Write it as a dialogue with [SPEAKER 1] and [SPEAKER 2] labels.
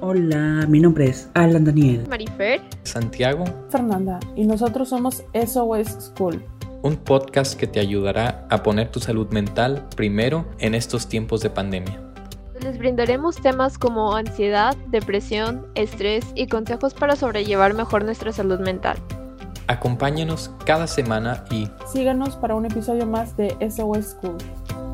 [SPEAKER 1] Hola, mi nombre es Alan Daniel.
[SPEAKER 2] Marifer,
[SPEAKER 3] Santiago,
[SPEAKER 4] Fernanda y nosotros somos SOS School.
[SPEAKER 3] un podcast que te ayudará a poner tu salud mental primero en estos tiempos de pandemia.
[SPEAKER 2] les brindaremos temas como ansiedad, depresión, estrés y consejos para sobrellevar mejor nuestra salud mental.
[SPEAKER 3] Acompáñanos cada semana y
[SPEAKER 4] Síganos para un episodio más de SOS School.